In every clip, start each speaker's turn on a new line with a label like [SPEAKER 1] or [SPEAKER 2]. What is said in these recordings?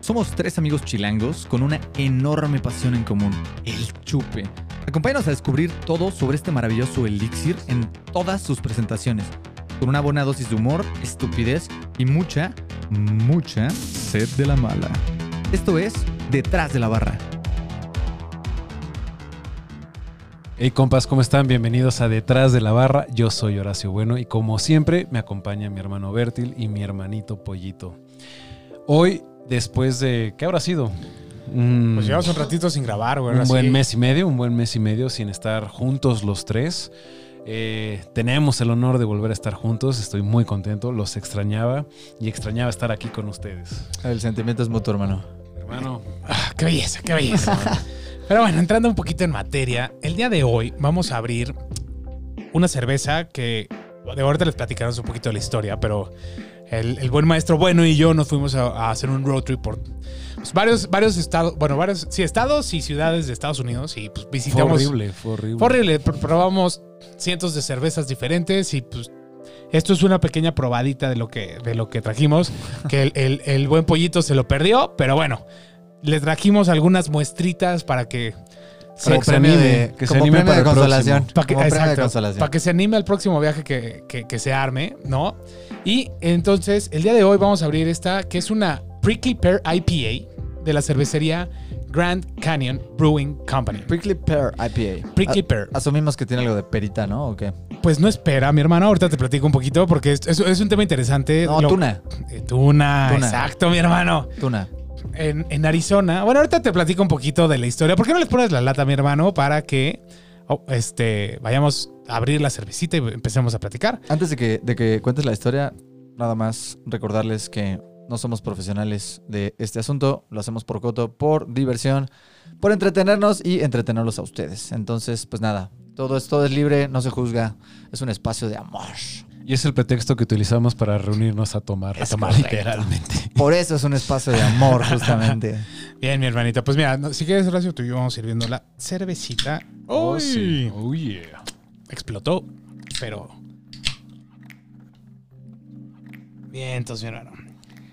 [SPEAKER 1] Somos tres amigos chilangos con una enorme pasión en común, el chupe. Acompáñanos a descubrir todo sobre este maravilloso elixir en todas sus presentaciones, con una buena dosis de humor, estupidez y mucha, mucha sed de la mala. Esto es Detrás de la Barra.
[SPEAKER 2] Hey compas, ¿cómo están? Bienvenidos a Detrás de la Barra. Yo soy Horacio Bueno y como siempre me acompaña mi hermano Bertil y mi hermanito Pollito. Hoy, después de... ¿Qué habrá sido? Mm,
[SPEAKER 3] Pues llevamos un ratito sin grabar, güey.
[SPEAKER 2] un
[SPEAKER 3] ahora
[SPEAKER 2] buen
[SPEAKER 3] sí.
[SPEAKER 2] mes y medio, un buen mes y medio sin estar juntos los tres. Eh, tenemos el honor de volver a estar juntos, estoy muy contento, los extrañaba y extrañaba estar aquí con ustedes.
[SPEAKER 1] El sentimiento es mutuo, hermano.
[SPEAKER 2] Hermano,
[SPEAKER 3] Ah, qué belleza, qué belleza. Pero bueno, entrando un poquito en materia, el día de hoy vamos a abrir una cerveza que de ahorita les platicaremos un poquito de la historia, pero el, el buen maestro bueno y yo nos fuimos a, a hacer un road trip por pues, varios, varios estados, bueno, varios, sí, estados y ciudades de Estados Unidos y pues
[SPEAKER 2] fue
[SPEAKER 3] visitamos.
[SPEAKER 2] horrible, fue horrible.
[SPEAKER 3] Fue horrible, pr- probamos cientos de cervezas diferentes y pues esto es una pequeña probadita de lo que, de lo que trajimos, que el, el- el buen pollito se lo perdió, pero bueno, les trajimos algunas muestritas para que...
[SPEAKER 2] Para
[SPEAKER 3] se-
[SPEAKER 2] que se anime, que se
[SPEAKER 1] como
[SPEAKER 2] anime
[SPEAKER 1] premio
[SPEAKER 2] para
[SPEAKER 1] de
[SPEAKER 2] el próximo.
[SPEAKER 1] consolación.
[SPEAKER 3] para que,
[SPEAKER 1] como premio de
[SPEAKER 3] exacto,
[SPEAKER 1] consolación.
[SPEAKER 3] para que se anime al próximo viaje que, que- que se arme, ¿no? Y entonces, el día de hoy vamos a abrir esta, que es una Prickly Pear IPA de la cervecería Grand Canyon Brewing Company.
[SPEAKER 1] Prickly Pear IPA.
[SPEAKER 3] Prickly Pear.
[SPEAKER 1] A- asumimos que tiene algo de perita, ¿no? ¿O qué?
[SPEAKER 3] Pues no espera, mi hermano. Ahorita te platico un poquito porque es, es- es un tema interesante.
[SPEAKER 1] No,
[SPEAKER 3] Lo-
[SPEAKER 1] tuna.
[SPEAKER 3] Eh, tuna,
[SPEAKER 1] Tuna.
[SPEAKER 3] exacto, mi hermano.
[SPEAKER 1] Tuna.
[SPEAKER 3] En, en Arizona. Bueno, ahorita te platico un poquito de la historia. ¿Por qué no les pones la lata, mi hermano, para que oh, este, vayamos a abrir la cervecita y empecemos a platicar?
[SPEAKER 1] Antes de que, de que cuentes la historia, nada más recordarles que no somos profesionales de este asunto, lo hacemos por coto, por diversión, por entretenernos y entretenerlos a ustedes. Entonces, pues nada, todo es, todo es libre, no se juzga, es un espacio de amor.
[SPEAKER 2] Y es el pretexto que utilizamos para reunirnos a tomar.
[SPEAKER 3] Es
[SPEAKER 2] a tomar
[SPEAKER 3] correcto.
[SPEAKER 2] literalmente.
[SPEAKER 1] Por eso es un espacio de amor, justamente.
[SPEAKER 3] Bien, mi hermanito. Pues mira, no- si quieres, Horacio, tú y yo vamos sirviendo la cervecita. ¡Uy!
[SPEAKER 2] Oh, yeah.
[SPEAKER 3] Explotó, pero. Bien, entonces, mi hermano.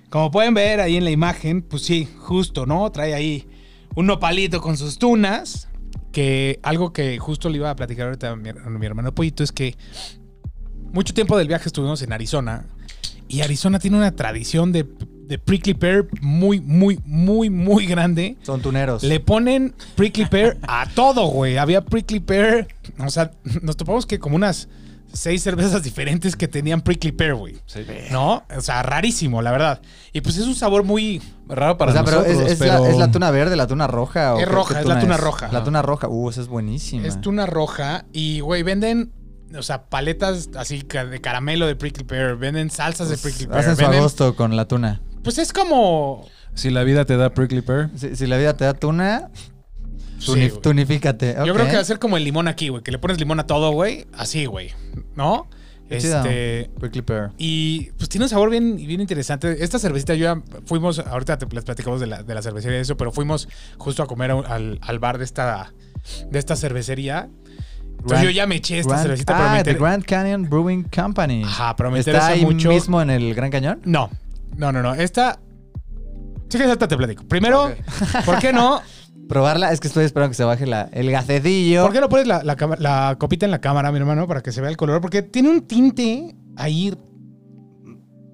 [SPEAKER 3] Como pueden ver ahí en la imagen, pues sí, justo, ¿no? Trae ahí un nopalito con sus tunas. Que algo que justo le iba a platicar ahorita a mi, a mi hermano Pollito es que mucho tiempo del viaje estuvimos en Arizona. Y Arizona tiene una tradición de, de prickly pear muy, muy, muy, muy grande.
[SPEAKER 1] Son tuneros.
[SPEAKER 3] Le ponen prickly pear a todo, güey. Había prickly pear. O sea, nos topamos que como unas seis cervezas diferentes que tenían prickly pear, güey. ¿No? O sea, rarísimo, la verdad. Y pues es un sabor muy.
[SPEAKER 2] Raro para
[SPEAKER 1] o sea, pero,
[SPEAKER 2] nosotros,
[SPEAKER 1] es, es la-
[SPEAKER 2] pero-
[SPEAKER 1] es La, tuna verde, la tuna roja. ¿o
[SPEAKER 3] Es
[SPEAKER 1] qué-
[SPEAKER 3] roja,
[SPEAKER 1] qué
[SPEAKER 3] es la tuna roja.
[SPEAKER 1] La tuna roja, uh, esa es buenísima.
[SPEAKER 3] Es tuna roja. Y, güey, venden. O sea, paletas así ca- de caramelo de prickly pear. Venden salsas
[SPEAKER 2] Pues,
[SPEAKER 3] de prickly pear.
[SPEAKER 1] Pues Hacen su
[SPEAKER 3] venden-
[SPEAKER 1] agosto con la tuna.
[SPEAKER 3] Pues es como.
[SPEAKER 2] Si la vida te da prickly pear,
[SPEAKER 1] Si, si la vida te da tuna, tuni-
[SPEAKER 3] Sí, güey.
[SPEAKER 1] tunifícate.
[SPEAKER 3] Yo creo que
[SPEAKER 1] ok.
[SPEAKER 3] va a ser como el limón aquí, güey. Que le pones limón a todo, güey. Así, güey. ¿No?
[SPEAKER 1] Qué chido.
[SPEAKER 3] Este.
[SPEAKER 1] Prickly pear.
[SPEAKER 3] Y pues tiene un sabor bien, bien interesante. Esta cervecita, yo ya fuimos, ahorita te, les platicamos de la, de la cervecería y eso, pero fuimos justo a comer a un- al, al bar de esta, de esta cervecería. Entonces
[SPEAKER 1] Grand-
[SPEAKER 3] yo ya me eché esta
[SPEAKER 1] Grand-
[SPEAKER 3] cervecita, pero me
[SPEAKER 1] ah, The
[SPEAKER 3] inter-
[SPEAKER 1] Grand Canyon Brewing Company.
[SPEAKER 3] Ajá, pero me
[SPEAKER 1] ¿Está
[SPEAKER 3] interesa
[SPEAKER 1] ahí
[SPEAKER 3] mucho.
[SPEAKER 1] mismo en el Gran Cañón?
[SPEAKER 3] No, no, no, no. Esta. Sí que ahorita te platico. Primero, ¿por qué no?
[SPEAKER 1] Probarla, es que estoy esperando que se baje la, el gacedillo.
[SPEAKER 3] ¿Por qué no pones la, la cama- la copita en la cámara, mi hermano, para que se vea el color? Porque tiene un tinte ahí,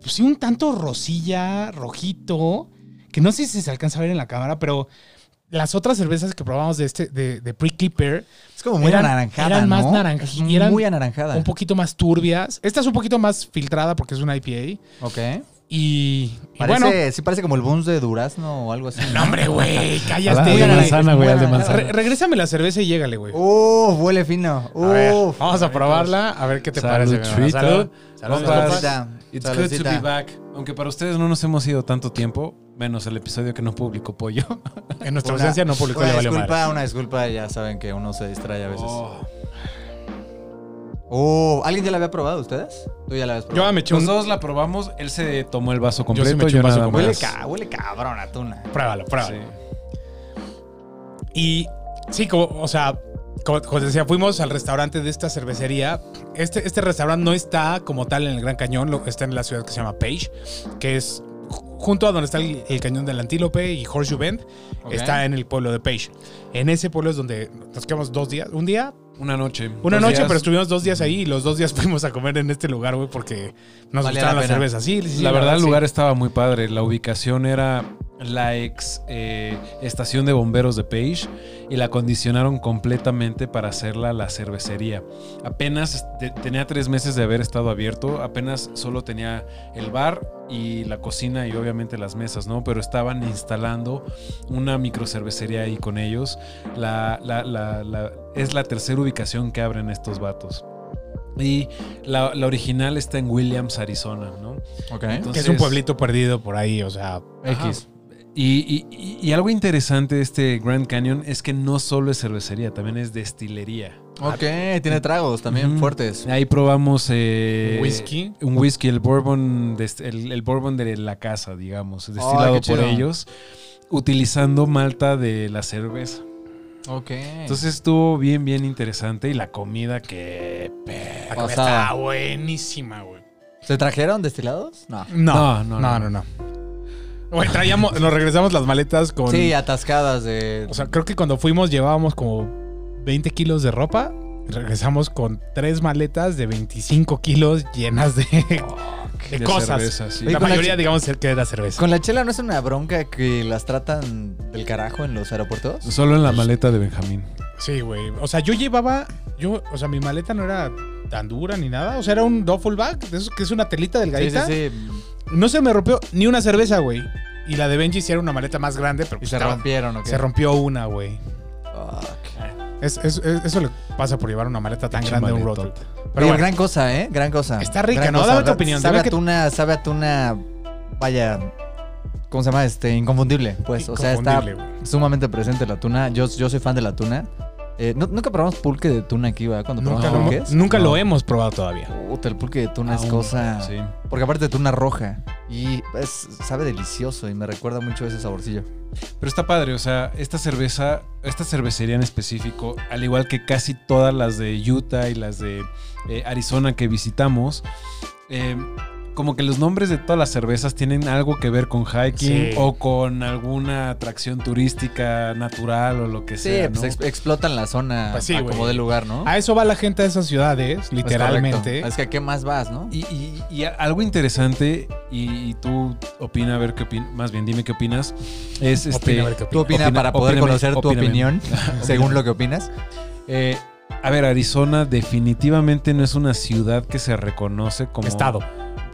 [SPEAKER 3] pues sí, un tanto rosilla, rojito, que no sé si se alcanza a ver en la cámara, pero las otras cervezas que probamos de este, de, de Prickly Pear,
[SPEAKER 1] Es como muy
[SPEAKER 3] Eran-
[SPEAKER 1] anaranjada.
[SPEAKER 3] eran más
[SPEAKER 1] ¿no?
[SPEAKER 3] naranja-
[SPEAKER 1] Es
[SPEAKER 3] y eran
[SPEAKER 1] muy anaranjada.
[SPEAKER 3] un poquito más turbias. Esta es un poquito más filtrada porque es una IPA.
[SPEAKER 1] Ok.
[SPEAKER 3] Y, y
[SPEAKER 1] Parece,
[SPEAKER 3] bueno...
[SPEAKER 1] Sí, parece como el buns de durazno o algo así.
[SPEAKER 3] No, hombre, güey,
[SPEAKER 2] Al de
[SPEAKER 3] cállate.
[SPEAKER 2] manzana, güey, al de manzana.
[SPEAKER 3] Re- regrésame la cerveza y llégale, güey.
[SPEAKER 1] ¡Uh! Huele fino.
[SPEAKER 3] A ver,
[SPEAKER 1] ¡Uh!
[SPEAKER 3] vamos a probarla, a ver qué te parece. mi hermano.
[SPEAKER 2] Saludcita.
[SPEAKER 3] Salud.
[SPEAKER 2] Salud,
[SPEAKER 3] compas.
[SPEAKER 2] compas. It's good to be back. Aunque para ustedes no nos hemos ido tanto tiempo, menos el episodio que no publicó Pollo.
[SPEAKER 3] En nuestra ausencia no publicó le valió
[SPEAKER 1] disculpa,
[SPEAKER 3] madre.
[SPEAKER 1] una disculpa, ya saben que uno se distrae a veces. Oh.
[SPEAKER 2] Oh.
[SPEAKER 1] ¿Alguien ya la había probado ustedes? Tú ya la habías
[SPEAKER 3] Yo
[SPEAKER 1] probado.
[SPEAKER 3] ya me eché
[SPEAKER 2] Los
[SPEAKER 3] un...
[SPEAKER 2] dos la probamos, él se tomó el vaso
[SPEAKER 3] Yo sí
[SPEAKER 2] completo,
[SPEAKER 3] me
[SPEAKER 2] yo,
[SPEAKER 3] eché un vaso
[SPEAKER 2] nada
[SPEAKER 3] completo.
[SPEAKER 1] huele,
[SPEAKER 2] más.
[SPEAKER 1] ca huele cabrón a tuna.
[SPEAKER 3] Pruébalo, pruébalo.
[SPEAKER 2] Sí.
[SPEAKER 3] Y sí, como, o sea, como, como te decía, fuimos al restaurante de esta cervecería. Este, este restaurante no está como tal en el Gran Cañón, lo- está en la ciudad que se llama Page, que es ju- junto a donde está el, el cañón del Antílope y Horseshoe Bend,
[SPEAKER 1] Ok.
[SPEAKER 3] está en el pueblo de Page. En ese pueblo es donde nos quedamos dos días, un día,
[SPEAKER 2] Una noche.
[SPEAKER 3] una
[SPEAKER 2] Dos
[SPEAKER 3] noche,
[SPEAKER 2] días.
[SPEAKER 3] pero estuvimos dos días ahí y los dos días fuimos a comer en este lugar, güey, porque nos
[SPEAKER 1] Valía
[SPEAKER 3] gustaban
[SPEAKER 1] la
[SPEAKER 3] las
[SPEAKER 1] pena.
[SPEAKER 3] cervezas. Sí, sí, sí,
[SPEAKER 2] la verdad, el
[SPEAKER 3] sí.
[SPEAKER 2] lugar estaba muy padre. La ubicación era la ex eh, estación de bomberos de Page y la acondicionaron completamente para hacerla la cervecería. Apenas te- tenía tres meses de haber estado abierto, apenas solo tenía el bar y la cocina y obviamente las mesas, ¿no? Pero estaban instalando una microcervecería ahí con ellos. La- la- la- la- es la tercera ubicación que abren estos vatos. Y la, la original está en Williams, Arizona, ¿no?
[SPEAKER 1] Ok.
[SPEAKER 3] Que
[SPEAKER 2] Entonces-
[SPEAKER 3] es un pueblito perdido por ahí, o sea,
[SPEAKER 2] Ajá.
[SPEAKER 1] X.
[SPEAKER 2] Y, y- y- y algo interesante de este Grand Canyon es que no solo es cervecería, también es destilería.
[SPEAKER 1] Ok, tiene tragos también
[SPEAKER 2] Ujú.
[SPEAKER 1] fuertes.
[SPEAKER 2] Ahí probamos eh,
[SPEAKER 3] whisky.
[SPEAKER 2] un whisky, el bourbon, de, este- el, el bourbon de la casa, digamos,
[SPEAKER 1] Ay,
[SPEAKER 2] destilado
[SPEAKER 1] qué
[SPEAKER 2] por
[SPEAKER 1] chido.
[SPEAKER 2] ellos, utilizando malta de la cerveza.
[SPEAKER 1] Ok. Entonces,
[SPEAKER 2] Entonces estuvo bien, bien interesante y la comida que... pe-
[SPEAKER 3] La comida
[SPEAKER 1] pasada.
[SPEAKER 3] Eh, está buenísima, güey.
[SPEAKER 1] ¿se trajeron destilados? No.
[SPEAKER 3] No,
[SPEAKER 2] No,
[SPEAKER 3] no,
[SPEAKER 2] no,
[SPEAKER 3] no, no. Güey, traíamos, nos regresamos las maletas con.
[SPEAKER 1] Sí, atascadas de.
[SPEAKER 3] O sea, creo que cuando fuimos llevábamos como 20 kilos de ropa. Regresamos con tres maletas de 25 kilos llenas de, de cosas.
[SPEAKER 2] cerveza, sí.
[SPEAKER 1] Oye,
[SPEAKER 3] La
[SPEAKER 1] con la
[SPEAKER 3] mayoría,
[SPEAKER 1] ch-
[SPEAKER 3] digamos, que era cerveza.
[SPEAKER 1] ¿Con la chela no es una bronca que las tratan del carajo en los aeropuertos?
[SPEAKER 2] Solo en la
[SPEAKER 3] pues,
[SPEAKER 2] maleta de Benjamín.
[SPEAKER 3] Sí, güey. O sea, yo llevaba. Yo, o sea, mi maleta no era tan dura ni nada. O sea, era un duffel bag, de esos que es una telita
[SPEAKER 1] Sí, sí,
[SPEAKER 3] delgadita.
[SPEAKER 1] sí.
[SPEAKER 3] No se me rompió ni una cerveza, güey. Y la de Benji sí era una maleta más grande, pero
[SPEAKER 1] Y
[SPEAKER 3] pues
[SPEAKER 1] se
[SPEAKER 3] estaba-
[SPEAKER 1] rompieron, ¿ok?
[SPEAKER 3] se rompió una, güey.
[SPEAKER 1] Fuck.
[SPEAKER 3] Es- es- es- eso le pasa por llevar una maleta tan
[SPEAKER 2] Pinche
[SPEAKER 3] grande a un road trip.
[SPEAKER 2] maletota.
[SPEAKER 1] Oye,
[SPEAKER 3] Pero bueno,
[SPEAKER 1] gran cosa, ¿eh? Gran cosa.
[SPEAKER 3] Está rica,
[SPEAKER 1] Gran
[SPEAKER 3] ¿no?
[SPEAKER 1] cosa.
[SPEAKER 3] Dame tu opinión.
[SPEAKER 1] Sabe
[SPEAKER 3] Dime
[SPEAKER 1] a
[SPEAKER 3] que-
[SPEAKER 1] tuna, sabe a tuna, vaya, ¿cómo se llama? Este, inconfundible, pues. O sea, está
[SPEAKER 3] inconfundible, güey.
[SPEAKER 1] sumamente presente la tuna. Yo, yo soy fan de la tuna. Eh, nu- nunca probamos pulque de tuna aquí, ¿verdad? Cuando
[SPEAKER 3] Nunca,
[SPEAKER 1] probamos
[SPEAKER 3] lo,
[SPEAKER 1] pulques.
[SPEAKER 3] nunca
[SPEAKER 2] No.
[SPEAKER 3] lo hemos probado todavía.
[SPEAKER 1] Puta, el pulque de tuna es
[SPEAKER 2] Aún,
[SPEAKER 1] cosa...
[SPEAKER 2] sí.
[SPEAKER 1] Porque aparte de tuna roja. Y es- sabe delicioso y me recuerda mucho ese saborcillo.
[SPEAKER 2] Pero está padre, o sea, esta cerveza, esta cervecería en específico, al igual que casi todas las de Utah y las de eh, Arizona que visitamos, eh, como que los nombres de todas las cervezas tienen algo que ver con hiking
[SPEAKER 3] Sí.
[SPEAKER 2] o con alguna atracción turística natural o lo que
[SPEAKER 1] Sí,
[SPEAKER 2] sea. ¿no?
[SPEAKER 1] pues ex- explotan la zona
[SPEAKER 3] Pues sí,
[SPEAKER 1] a
[SPEAKER 3] güey.
[SPEAKER 1] como de lugar, ¿no?
[SPEAKER 3] A eso va la gente de esas ciudades,
[SPEAKER 1] Es correcto.
[SPEAKER 3] literalmente.
[SPEAKER 1] Es, que a qué más vas, ¿no?
[SPEAKER 2] Y, y- y a- algo interesante, y, y tú opina, a ver qué opinas, más bien dime qué opinas, es este...
[SPEAKER 3] Opina, a ver qué
[SPEAKER 1] Tú
[SPEAKER 3] opina.
[SPEAKER 1] opina
[SPEAKER 2] Opina-
[SPEAKER 1] para poder
[SPEAKER 2] opíname,
[SPEAKER 1] conocer tu
[SPEAKER 2] opíname.
[SPEAKER 1] opinión, según lo que opinas.
[SPEAKER 2] Eh, a ver, Arizona definitivamente no es una ciudad que se reconoce como...
[SPEAKER 3] Estado.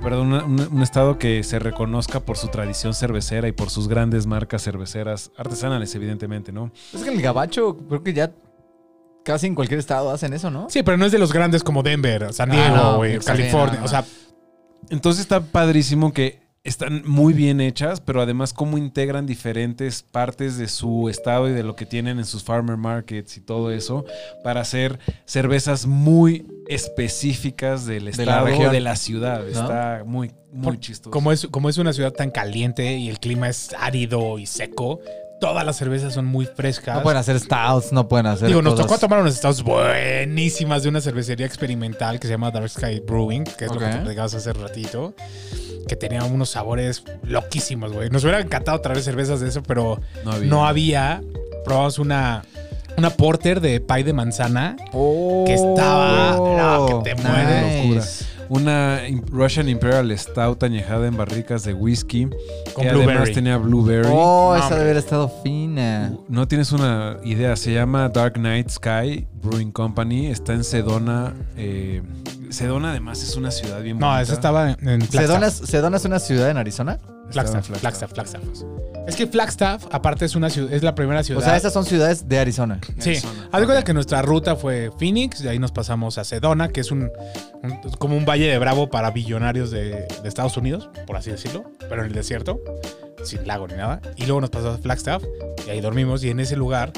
[SPEAKER 2] Perdón, una- un, un estado que se reconozca por su tradición cervecera y por sus grandes marcas cerveceras artesanales, evidentemente, ¿no?
[SPEAKER 1] Pues Es que en el gabacho, creo que ya casi en cualquier estado hacen eso, ¿no?
[SPEAKER 3] Sí, pero no es de los grandes como Denver, San
[SPEAKER 1] Ah,
[SPEAKER 3] Diego,
[SPEAKER 1] no,
[SPEAKER 3] güey,
[SPEAKER 1] está bien,
[SPEAKER 3] California.
[SPEAKER 1] no, pues.
[SPEAKER 3] o sea,
[SPEAKER 2] Entonces está padrísimo que están muy bien hechas, pero además cómo integran diferentes partes de su estado y de lo que tienen en sus farmer markets y todo eso para hacer cervezas muy específicas del
[SPEAKER 1] la
[SPEAKER 2] estado
[SPEAKER 1] región.
[SPEAKER 2] de la ciudad.
[SPEAKER 1] ¿No?
[SPEAKER 2] Está muy, muy
[SPEAKER 3] Por-
[SPEAKER 2] chistoso.
[SPEAKER 3] como es, como es una ciudad tan caliente y el clima es árido y seco, todas las cervezas son muy frescas.
[SPEAKER 1] No pueden hacer stouts, no pueden hacer.
[SPEAKER 3] Digo, nos
[SPEAKER 1] cosas-
[SPEAKER 3] tocó tomar unas estados buenísimas de una cervecería experimental que se llama Dark Sky Brewing, que es lo
[SPEAKER 1] Ok.
[SPEAKER 3] que te platicabas hace ratito, que tenía unos sabores loquísimos, güey. Nos hubiera encantado traer cervezas de eso, pero
[SPEAKER 2] no
[SPEAKER 3] no había. Probamos una, una porter de pie de manzana. que estaba-
[SPEAKER 1] Oh,
[SPEAKER 3] no, que te mueres.
[SPEAKER 2] Una Im- Russian Imperial Stout añejada en barricas de whisky.
[SPEAKER 3] Con
[SPEAKER 2] que además
[SPEAKER 3] blueberry.
[SPEAKER 2] tenía blueberry.
[SPEAKER 1] Oh,
[SPEAKER 3] No,
[SPEAKER 1] esa debe
[SPEAKER 3] hombre.
[SPEAKER 1] haber estado fina.
[SPEAKER 2] No tienes una idea. Se llama Dark Night Sky Brewing Company. Está en Sedona. eh, Sedona además es una ciudad bien
[SPEAKER 3] No,
[SPEAKER 2] bonita.
[SPEAKER 3] esa estaba en en
[SPEAKER 1] ¿Sedona
[SPEAKER 3] Flagstaff.
[SPEAKER 1] es, Sedona es una ciudad en Arizona?
[SPEAKER 2] Estaba en
[SPEAKER 3] Flagstaff, Flagstaff, Flagstaff. Es que Flagstaff, aparte, es una ciudad, es la primera ciudad.
[SPEAKER 1] O sea, esas son ciudades de Arizona.
[SPEAKER 3] Sí,
[SPEAKER 2] Arizona.
[SPEAKER 3] haz de cuenta
[SPEAKER 2] Ok.
[SPEAKER 3] que nuestra ruta fue Phoenix, de ahí nos pasamos a Sedona, que es un, un- como un valle de bravo para billonarios de, de Estados Unidos, por así decirlo, pero en el desierto, sin lago ni nada. Y luego nos pasamos a Flagstaff, y ahí dormimos, y en ese lugar,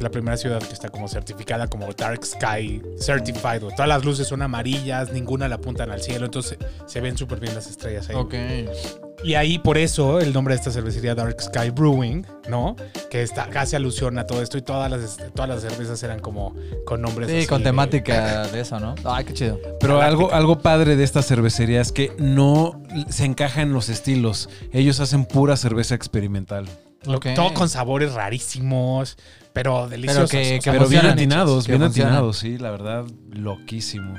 [SPEAKER 3] la primera ciudad que está como certificada como Dark Sky Certified, güey. todas las luces son amarillas, ninguna la apuntan al cielo, entonces se ven súper bien las estrellas ahí.
[SPEAKER 1] Ok.
[SPEAKER 3] Y ahí por eso el nombre de esta cervecería Dark Sky Brewing, ¿no? Que está, hace alusión a todo esto y todas las, este, todas las cervezas eran como con nombres.
[SPEAKER 1] Sí,
[SPEAKER 3] así
[SPEAKER 1] con
[SPEAKER 3] de-
[SPEAKER 1] temática de eso, ¿no? Ay, qué chido.
[SPEAKER 2] Pero algo, algo padre de esta cervecería es que no se encaja en los estilos. Ellos hacen pura cerveza experimental.
[SPEAKER 3] lo-
[SPEAKER 1] Ok.
[SPEAKER 3] Todo con sabores rarísimos, pero deliciosos.
[SPEAKER 1] que-
[SPEAKER 3] o
[SPEAKER 1] que
[SPEAKER 3] sea,
[SPEAKER 2] Pero bien
[SPEAKER 1] funcionan,
[SPEAKER 2] atinados,
[SPEAKER 1] que
[SPEAKER 2] bien
[SPEAKER 1] funcionan.
[SPEAKER 2] atinados, sí, la verdad, loquísimo.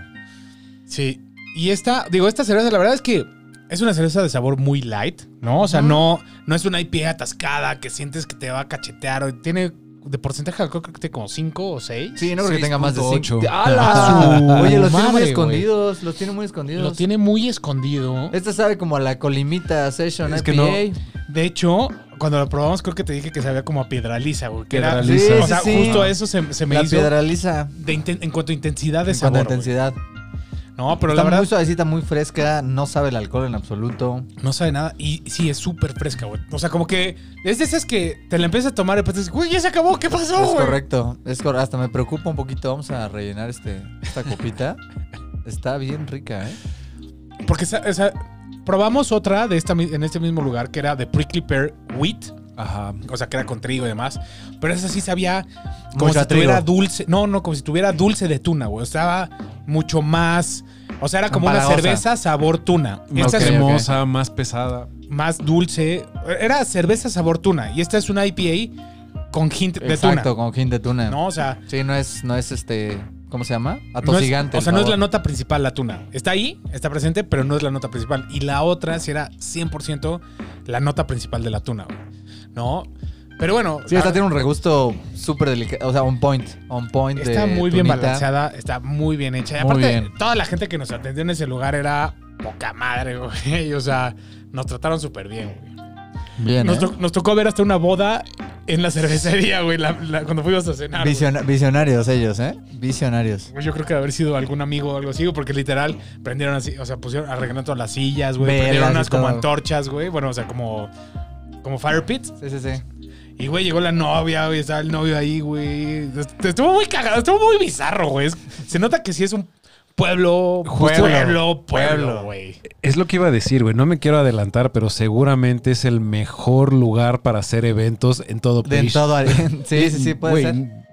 [SPEAKER 3] Sí. Y esta, digo, esta cerveza, la verdad es que es una cerveza de sabor muy light, ¿no? O sea, no, no es una IPA atascada que sientes que te va a cachetear. o- Tiene de porcentaje de alcohol, creo que tiene como 5 o 6.
[SPEAKER 1] Sí, no creo que tenga más de
[SPEAKER 2] 6.8.
[SPEAKER 1] 5.
[SPEAKER 3] ¡Ala!
[SPEAKER 1] Oye, los tiene
[SPEAKER 3] Ah, Madre,
[SPEAKER 1] muy
[SPEAKER 3] güey.
[SPEAKER 1] escondidos. Los tiene muy escondidos.
[SPEAKER 3] Lo tiene muy escondido.
[SPEAKER 1] Este sabe como a la colimita Session eh,
[SPEAKER 2] Es
[SPEAKER 1] IPA.
[SPEAKER 2] que no-
[SPEAKER 3] De hecho, cuando lo probamos, creo que te dije que sabía como a piedraliza, güey. Que era,
[SPEAKER 2] Piedraliza.
[SPEAKER 1] Sí,
[SPEAKER 3] o sea,
[SPEAKER 1] sí, sí.
[SPEAKER 3] justo eso se, se me
[SPEAKER 1] la
[SPEAKER 3] hizo.
[SPEAKER 1] piedra lisa.
[SPEAKER 3] de inten- en cuanto a intensidad de
[SPEAKER 1] En cuanto a
[SPEAKER 3] sabor. güey.
[SPEAKER 1] intensidad.
[SPEAKER 3] No, pero
[SPEAKER 1] Está
[SPEAKER 3] la
[SPEAKER 1] muy
[SPEAKER 3] verdad
[SPEAKER 1] suavecita, muy fresca. No sabe el alcohol en absoluto.
[SPEAKER 3] no sabe nada. Y sí, es súper fresca, güey. O sea, como que es de esas que te la empiezas a tomar y después dices, güey, ya se acabó, ¿qué pasó,
[SPEAKER 1] es
[SPEAKER 3] güey?
[SPEAKER 1] correcto. Es cor- Hasta me preocupa un poquito. Vamos a rellenar este, esta copita. Está bien rica, ¿eh?
[SPEAKER 3] Porque esa- esa- probamos otra de esta, mi- en este mismo lugar que era de Prickly Pear Wheat,
[SPEAKER 2] Ajá.
[SPEAKER 3] o sea, que era con trigo y demás. Pero esa sí sabía como
[SPEAKER 1] Mucho a
[SPEAKER 3] si tuviera
[SPEAKER 1] trigo.
[SPEAKER 3] dulce. No, no, como si tuviera dulce de tuna, güey. Estaba mucho más. O sea, era como una
[SPEAKER 1] Empalagosa.
[SPEAKER 3] cerveza sabor tuna.
[SPEAKER 2] Más
[SPEAKER 3] Esta
[SPEAKER 1] Ok,
[SPEAKER 3] es
[SPEAKER 2] cremosa, más pesada.
[SPEAKER 3] más dulce. Era cerveza sabor tuna. Y esta es una IPA con hint de
[SPEAKER 1] Exacto, con gin de tuna.
[SPEAKER 3] tuna. No, o sea.
[SPEAKER 1] Sí, no es, no es este. ¿Cómo se llama?
[SPEAKER 3] No es,
[SPEAKER 1] Atosigante.
[SPEAKER 3] o sea,
[SPEAKER 1] el
[SPEAKER 3] no es la
[SPEAKER 1] sabor.
[SPEAKER 3] nota principal la tuna. Está ahí, está presente, pero no es la nota principal. Y la otra sí era 100% la nota principal de la tuna, güey. ¿No? Pero bueno,
[SPEAKER 1] Sí, esta
[SPEAKER 3] ah,
[SPEAKER 1] tiene un regusto súper delicado. O sea, on point. On point. de
[SPEAKER 3] está muy bien
[SPEAKER 1] tunita.
[SPEAKER 3] balanceada, está muy bien hecha. Y
[SPEAKER 1] Muy
[SPEAKER 3] aparte,
[SPEAKER 1] bien.
[SPEAKER 3] toda la gente que nos atendió en ese lugar era poca madre, güey. O sea, nos trataron súper bien, güey.
[SPEAKER 1] Bien.
[SPEAKER 3] Nos,
[SPEAKER 1] ¿eh?
[SPEAKER 3] to- nos tocó ver hasta una boda en la cervecería, güey, la- la- cuando fuimos a cenar. güey.
[SPEAKER 1] Visiona- visionarios ellos, ¿eh? Visionarios.
[SPEAKER 3] Güey, Yo creo que debe haber sido algún amigo o algo así, güey, porque literal prendieron así, o sea, pusieron, arreglaron todas las sillas, güey,
[SPEAKER 1] Velas
[SPEAKER 3] prendieron
[SPEAKER 1] y
[SPEAKER 3] unas como
[SPEAKER 1] todo.
[SPEAKER 3] antorchas, güey, bueno, o sea, como, como fire pits.
[SPEAKER 1] Sí, sí, sí.
[SPEAKER 3] Y, güey, llegó la novia, güey, estaba el novio ahí, güey. Est- Estuvo muy cagado, estuvo muy bizarro, güey. Es- Se nota que sí es un pueblo,
[SPEAKER 2] Justo-
[SPEAKER 3] pueblo, pueblo,
[SPEAKER 1] Pueblo.
[SPEAKER 3] güey.
[SPEAKER 2] Es lo que iba a decir, güey. No me quiero adelantar, pero seguramente es el mejor lugar para hacer eventos en todo
[SPEAKER 1] De en
[SPEAKER 2] país.
[SPEAKER 1] todo. área. Sí, sí, sí, puede
[SPEAKER 2] Güey,
[SPEAKER 1] ser.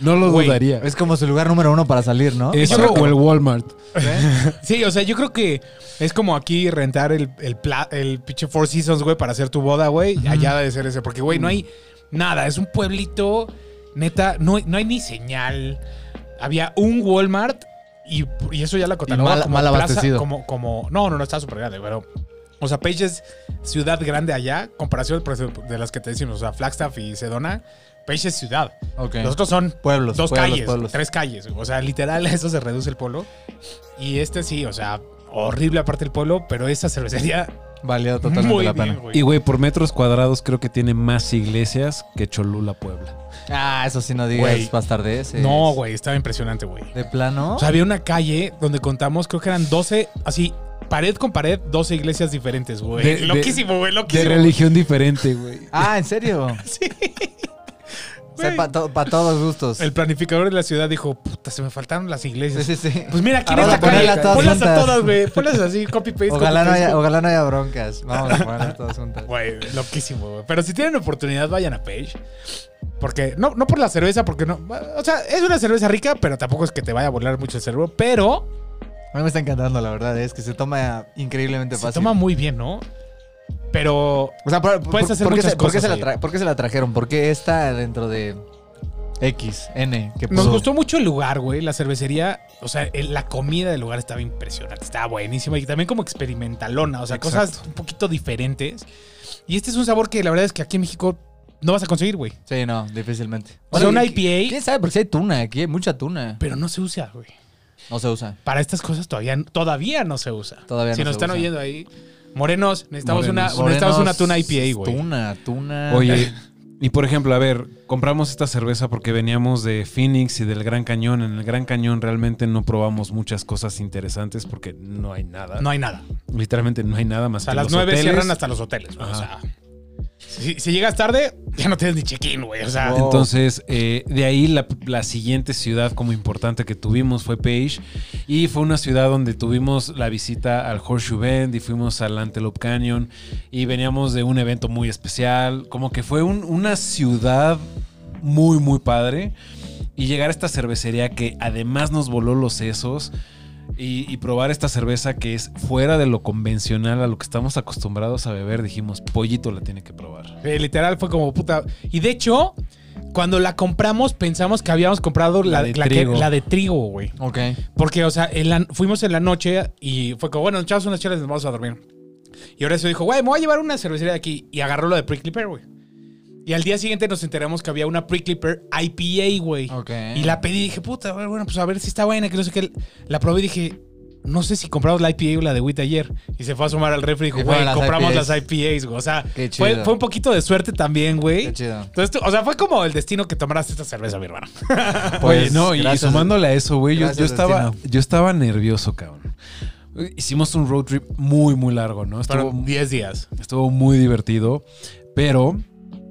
[SPEAKER 2] No lo
[SPEAKER 3] Güey,
[SPEAKER 2] dudaría.
[SPEAKER 1] Es como su lugar número uno para salir, ¿no?
[SPEAKER 2] Eso
[SPEAKER 3] creo que-
[SPEAKER 2] o el Walmart.
[SPEAKER 3] Sí, o sea, yo creo que es como aquí rentar el, el, pla- el pinche Four Seasons, güey, para hacer tu boda, güey. Allá debe ser ese, porque, güey, no hay
[SPEAKER 1] Mm.
[SPEAKER 3] nada. Es un pueblito, neta, no, hay- no hay ni señal. Había un Walmart y, y eso ya la
[SPEAKER 1] Y
[SPEAKER 3] catalogaba
[SPEAKER 1] mal-
[SPEAKER 3] como
[SPEAKER 1] mal
[SPEAKER 3] plaza,
[SPEAKER 1] abastecido.
[SPEAKER 3] como, como, no, no, no, está súper grande, pero... O sea, Page es ciudad grande allá, comparación por ejemplo, de las que te decimos, o sea, Flagstaff y Sedona. Page es ciudad.
[SPEAKER 1] Ok.
[SPEAKER 3] Los otros son
[SPEAKER 1] Pueblos.
[SPEAKER 3] dos
[SPEAKER 1] pueblos,
[SPEAKER 3] calles,
[SPEAKER 1] pueblos.
[SPEAKER 3] tres calles. O sea, literal, a eso se reduce el pueblo. Y este sí, o sea, horrible aparte el pueblo, pero esta cervecería
[SPEAKER 1] Valió totalmente
[SPEAKER 3] muy
[SPEAKER 1] la pena.
[SPEAKER 3] bien,
[SPEAKER 2] Y,
[SPEAKER 3] güey.
[SPEAKER 2] güey, por metros cuadrados creo que tiene más iglesias que Cholula, Puebla.
[SPEAKER 1] Ah, eso sí no digas
[SPEAKER 3] Güey.
[SPEAKER 1] bastardeces.
[SPEAKER 3] No, güey, estaba impresionante, güey.
[SPEAKER 1] ¿De plano?
[SPEAKER 3] O sea, había una calle donde contamos, creo que eran 12, así, pared con pared, 12 iglesias diferentes,
[SPEAKER 2] De-
[SPEAKER 3] güey.
[SPEAKER 2] de-
[SPEAKER 3] Loquísimo, güey,
[SPEAKER 2] De
[SPEAKER 3] loquísimo.
[SPEAKER 2] religión diferente, güey.
[SPEAKER 1] Ah, ¿en serio? sí.
[SPEAKER 3] Güey.
[SPEAKER 1] para todos gustos.
[SPEAKER 3] El planificador de la ciudad dijo, puta, se me faltaron las
[SPEAKER 1] Sí,
[SPEAKER 3] iglesias.
[SPEAKER 1] sí, sí.
[SPEAKER 3] Pues mira, aquí en
[SPEAKER 1] Ahora
[SPEAKER 3] esta calle,
[SPEAKER 1] ponerlas todas
[SPEAKER 3] ponlas a
[SPEAKER 1] juntas.
[SPEAKER 3] todas, güey. Ponlas así, copy-paste.
[SPEAKER 1] Ojalá no,
[SPEAKER 3] copy-paste,
[SPEAKER 1] haya, ojalá no haya broncas. Vamos a ponerlas todas juntas.
[SPEAKER 3] Güey, loquísimo, güey. Pero si tienen oportunidad, vayan a Page. Porque, no, no por la cerveza, porque no. O sea, es una cerveza rica, pero tampoco es que te vaya a volar mucho el cerebro. Pero
[SPEAKER 1] A mí me está encantando, la verdad. Es que se toma increíblemente fácil.
[SPEAKER 3] se toma muy bien, ¿no? Pero.
[SPEAKER 1] O sea, por, por-
[SPEAKER 3] Puedes hacer
[SPEAKER 1] ¿por qué
[SPEAKER 3] muchas
[SPEAKER 1] se, por qué
[SPEAKER 3] cosas
[SPEAKER 1] se la
[SPEAKER 3] ahí.
[SPEAKER 1] tra- por qué se la trajeron? ¿Por qué está dentro de X, N? Que
[SPEAKER 3] Nos
[SPEAKER 1] puso?
[SPEAKER 3] gustó mucho el lugar, güey. La cervecería, o sea, el- la comida del lugar estaba impresionante, estaba buenísima y también como experimentalona, o sea, cosas un poquito diferentes. Y este es un sabor que la verdad es que aquí en México no vas a conseguir, güey.
[SPEAKER 1] Sí, no, difícilmente.
[SPEAKER 3] O sea,
[SPEAKER 1] Bueno,
[SPEAKER 3] una
[SPEAKER 1] ¿quién-
[SPEAKER 3] IPA,
[SPEAKER 1] ¿Quién sabe? Porque si hay tuna, aquí hay mucha tuna.
[SPEAKER 3] pero no se usa, güey.
[SPEAKER 1] No se usa.
[SPEAKER 3] para estas cosas todavía, todavía no se usa.
[SPEAKER 1] Todavía
[SPEAKER 3] si
[SPEAKER 1] no
[SPEAKER 3] nos
[SPEAKER 1] se
[SPEAKER 3] están
[SPEAKER 1] usa.
[SPEAKER 3] oyendo ahí, morenos, necesitamos,
[SPEAKER 2] Morenos.
[SPEAKER 3] Una, necesitamos una
[SPEAKER 1] Morenos,
[SPEAKER 3] tuna IPA, güey.
[SPEAKER 1] Tuna, tuna.
[SPEAKER 3] Ah.
[SPEAKER 2] Oye, y por ejemplo, a ver, compramos esta cerveza porque veníamos de Phoenix y del Gran Cañón. En el Gran Cañón realmente no probamos muchas cosas interesantes porque no hay nada.
[SPEAKER 3] No hay nada.
[SPEAKER 2] Literalmente no hay nada más
[SPEAKER 3] O sea, a
[SPEAKER 2] que
[SPEAKER 3] las
[SPEAKER 2] los
[SPEAKER 3] nueve
[SPEAKER 2] hoteles.
[SPEAKER 3] cierran hasta los hoteles. güey. O sea, si, si llegas tarde, Ya no tienes ni check-in, güey. O sea,
[SPEAKER 1] Wow.
[SPEAKER 2] Entonces, eh, de ahí la, la siguiente ciudad como importante que tuvimos fue Page. Y fue una ciudad donde tuvimos la visita al Horseshoe Bend y fuimos al Antelope Canyon. Y veníamos de un evento muy especial. Como que fue un- una ciudad muy, muy padre. Y llegar a esta cervecería que además nos voló los sesos. Y, y probar esta cerveza que es fuera de lo convencional a lo que estamos acostumbrados a beber, dijimos, pollito la tiene que probar.
[SPEAKER 3] eh, literal fue como puta. Y de hecho, cuando la compramos, pensamos que habíamos comprado la,
[SPEAKER 2] La
[SPEAKER 3] la que-
[SPEAKER 2] de
[SPEAKER 3] la de,
[SPEAKER 2] trigo.
[SPEAKER 3] trigo. güey.
[SPEAKER 1] Ok.
[SPEAKER 3] Porque, o sea, en la- fuimos en la noche y fue como, bueno, echamos unas chelas y nos vamos a dormir. Y Horacio dijo, güey, me voy a llevar una cervecería de aquí. Y agarró lo de Prickly Pear, güey. Y al día siguiente nos enteramos que había una Prickly Pear IPA, güey.
[SPEAKER 1] Ok.
[SPEAKER 3] Y la pedí y dije, puta, bueno, pues a ver si está buena, que no sé qué. La probé y dije, no sé si compramos la IPA o la de WIT ayer. Y se fue a asomar al refri y
[SPEAKER 1] Y
[SPEAKER 3] dijo,
[SPEAKER 1] fueron
[SPEAKER 3] güey,
[SPEAKER 1] las
[SPEAKER 3] compramos
[SPEAKER 1] IPAs.
[SPEAKER 3] las IPAs, güey. O sea,
[SPEAKER 1] Qué
[SPEAKER 3] fue,
[SPEAKER 1] chido.
[SPEAKER 3] fue un poquito de suerte también, güey.
[SPEAKER 1] Qué chido.
[SPEAKER 3] Entonces, tú- o sea, fue como el destino que tomaras esta cerveza, mi hermano.
[SPEAKER 2] Oye, no, y-
[SPEAKER 1] Pues,
[SPEAKER 2] y
[SPEAKER 1] gracias.
[SPEAKER 2] sumándole a eso, güey, yo, yo
[SPEAKER 1] Gracias,
[SPEAKER 2] estaba,
[SPEAKER 1] destino.
[SPEAKER 2] yo estaba nervioso, cabrón. Hicimos un road trip muy, muy largo, ¿no? Estuvo,
[SPEAKER 3] Fueron 10 días.
[SPEAKER 2] estuvo muy divertido, pero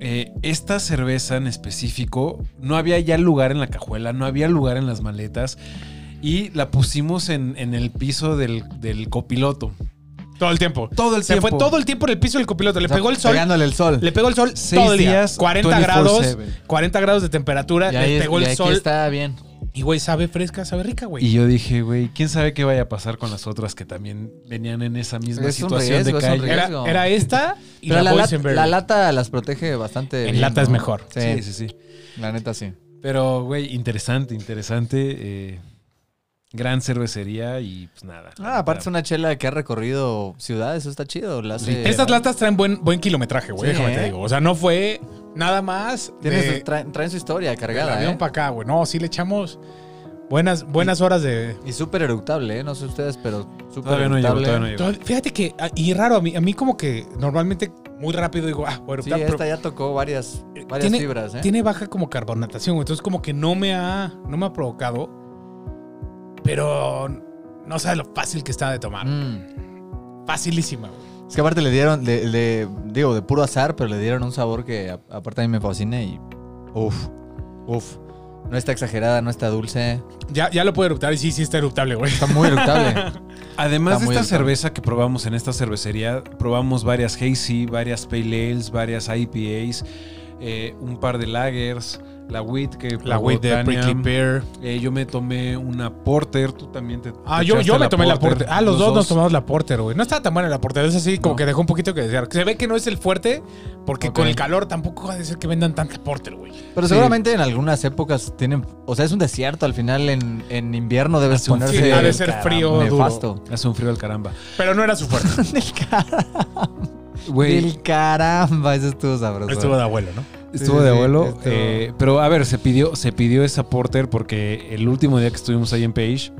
[SPEAKER 2] eh, esta cerveza en específico, no había ya lugar en la cajuela, no había lugar en las maletas, y la pusimos en, en el piso del, del copiloto.
[SPEAKER 3] Todo el tiempo.
[SPEAKER 2] Todo el
[SPEAKER 3] Se
[SPEAKER 2] tiempo.
[SPEAKER 3] fue todo el tiempo en el piso del copiloto. Le pegó el sol.
[SPEAKER 1] Pegándole el sol.
[SPEAKER 3] Le pegó el sol
[SPEAKER 2] Seis
[SPEAKER 3] todo el día.
[SPEAKER 2] días,
[SPEAKER 3] 40 grados.
[SPEAKER 2] 24/7.
[SPEAKER 3] 40 grados de temperatura.
[SPEAKER 1] Y ahí
[SPEAKER 3] le
[SPEAKER 1] es-
[SPEAKER 3] pegó
[SPEAKER 1] y
[SPEAKER 3] el
[SPEAKER 1] aquí
[SPEAKER 3] sol.
[SPEAKER 1] está bien.
[SPEAKER 3] Y, güey, sabe fresca, sabe rica, güey.
[SPEAKER 2] Y yo dije, güey, quién sabe qué vaya a pasar con las otras que también venían en esa misma
[SPEAKER 1] Es un
[SPEAKER 2] situación
[SPEAKER 1] riesgo,
[SPEAKER 2] de
[SPEAKER 1] es un
[SPEAKER 2] calle.
[SPEAKER 1] riesgo.
[SPEAKER 3] Era, era esta y
[SPEAKER 1] Pero
[SPEAKER 3] la,
[SPEAKER 1] la, lat-
[SPEAKER 3] Boysenberry.
[SPEAKER 1] la lata las protege bastante.
[SPEAKER 3] En
[SPEAKER 1] bien,
[SPEAKER 3] lata es
[SPEAKER 1] ¿no?
[SPEAKER 3] mejor.
[SPEAKER 1] Sí,
[SPEAKER 2] Sí, sí, sí.
[SPEAKER 1] la neta sí.
[SPEAKER 2] Pero, güey, interesante, interesante. eh, gran cervecería y pues nada.
[SPEAKER 1] Ah, aparte es una chela que ha recorrido ciudades, eso está chido. La hace-
[SPEAKER 3] Estas latas traen buen, buen kilometraje, güey.
[SPEAKER 1] Sí,
[SPEAKER 3] déjame
[SPEAKER 1] ¿eh?
[SPEAKER 3] te digo. O sea, no fue nada más.
[SPEAKER 1] Tienes-
[SPEAKER 3] de-
[SPEAKER 1] traen, traen su historia
[SPEAKER 3] del
[SPEAKER 1] cargada.
[SPEAKER 3] avión
[SPEAKER 1] ¿eh?
[SPEAKER 3] para acá, güey. No, sí le echamos buenas, buenas horas de.
[SPEAKER 1] Y súper eructable, ¿eh? no sé ustedes, pero súper
[SPEAKER 2] Todavía no llego,
[SPEAKER 1] eructable.
[SPEAKER 2] todavía no llego.
[SPEAKER 3] Tod- Fíjate que. ah, Y raro, a mí, a mí como que normalmente muy rápido digo, ah, bueno,
[SPEAKER 1] Sí,
[SPEAKER 3] tal, pero
[SPEAKER 1] esta ya tocó varias, varias
[SPEAKER 3] tiene-
[SPEAKER 1] fibras, ¿eh?
[SPEAKER 3] tiene baja como carbonatación, güey. Entonces, como que no me ha, no me ha provocado. Pero no sabes lo fácil que está de tomar.
[SPEAKER 1] Mm.
[SPEAKER 3] Facilísima, güey.
[SPEAKER 1] Es que aparte le dieron, le, le- digo, de puro azar, pero le dieron un sabor que a- aparte a mí me fascina y. Uf, uf. No está exagerada, no está dulce.
[SPEAKER 3] Ya, ya lo puedo eruptar y sí, sí está eruptable, güey.
[SPEAKER 1] Está muy eructable.
[SPEAKER 2] Además
[SPEAKER 1] Está
[SPEAKER 2] de
[SPEAKER 1] muy
[SPEAKER 2] esta
[SPEAKER 1] alta.
[SPEAKER 2] cerveza que probamos en esta cervecería, probamos varias Hazy, varias Pale Ales, varias IPAs, eh, un par de lagers, la Wheat que
[SPEAKER 3] La
[SPEAKER 2] probó
[SPEAKER 3] güey de
[SPEAKER 2] Tania.
[SPEAKER 3] Prickly Pear.
[SPEAKER 2] Eh, yo me tomé una Porter, tú también te
[SPEAKER 3] Ah,
[SPEAKER 2] te
[SPEAKER 3] yo,
[SPEAKER 2] echaste
[SPEAKER 3] yo me tomé la Porter. Ah, los, dos, nos
[SPEAKER 2] tomamos.
[SPEAKER 3] tomamos la Porter, güey. No estaba tan buena la Porter. Es así, como
[SPEAKER 2] No.
[SPEAKER 3] que dejó un poquito que desear. Se ve que no es el fuerte, porque con
[SPEAKER 1] Ok.
[SPEAKER 3] el calor tampoco va a decir que vendan tanta Porter, güey.
[SPEAKER 1] Pero
[SPEAKER 2] Sí.
[SPEAKER 1] seguramente en algunas épocas tienen. O sea, es un desierto al final. En, en invierno debes
[SPEAKER 2] Hace un
[SPEAKER 1] ponerse.
[SPEAKER 3] Sí, ha de
[SPEAKER 2] el
[SPEAKER 3] ser
[SPEAKER 2] caramba,
[SPEAKER 3] frío, duro.
[SPEAKER 1] nefasto.
[SPEAKER 2] Hace un frío al caramba.
[SPEAKER 3] Pero no era su fuerte.
[SPEAKER 1] Del, cara-
[SPEAKER 2] Güey,
[SPEAKER 1] del caramba, eso estuvo sabroso.
[SPEAKER 3] Estuvo de abuelo, ¿no?
[SPEAKER 2] Estuvo
[SPEAKER 1] Sí,
[SPEAKER 2] de
[SPEAKER 1] sí,
[SPEAKER 2] vuelo.
[SPEAKER 1] estuvo.
[SPEAKER 2] eh, pero a ver, se pidió, se pidió esa porter porque el último día que estuvimos ahí en Page,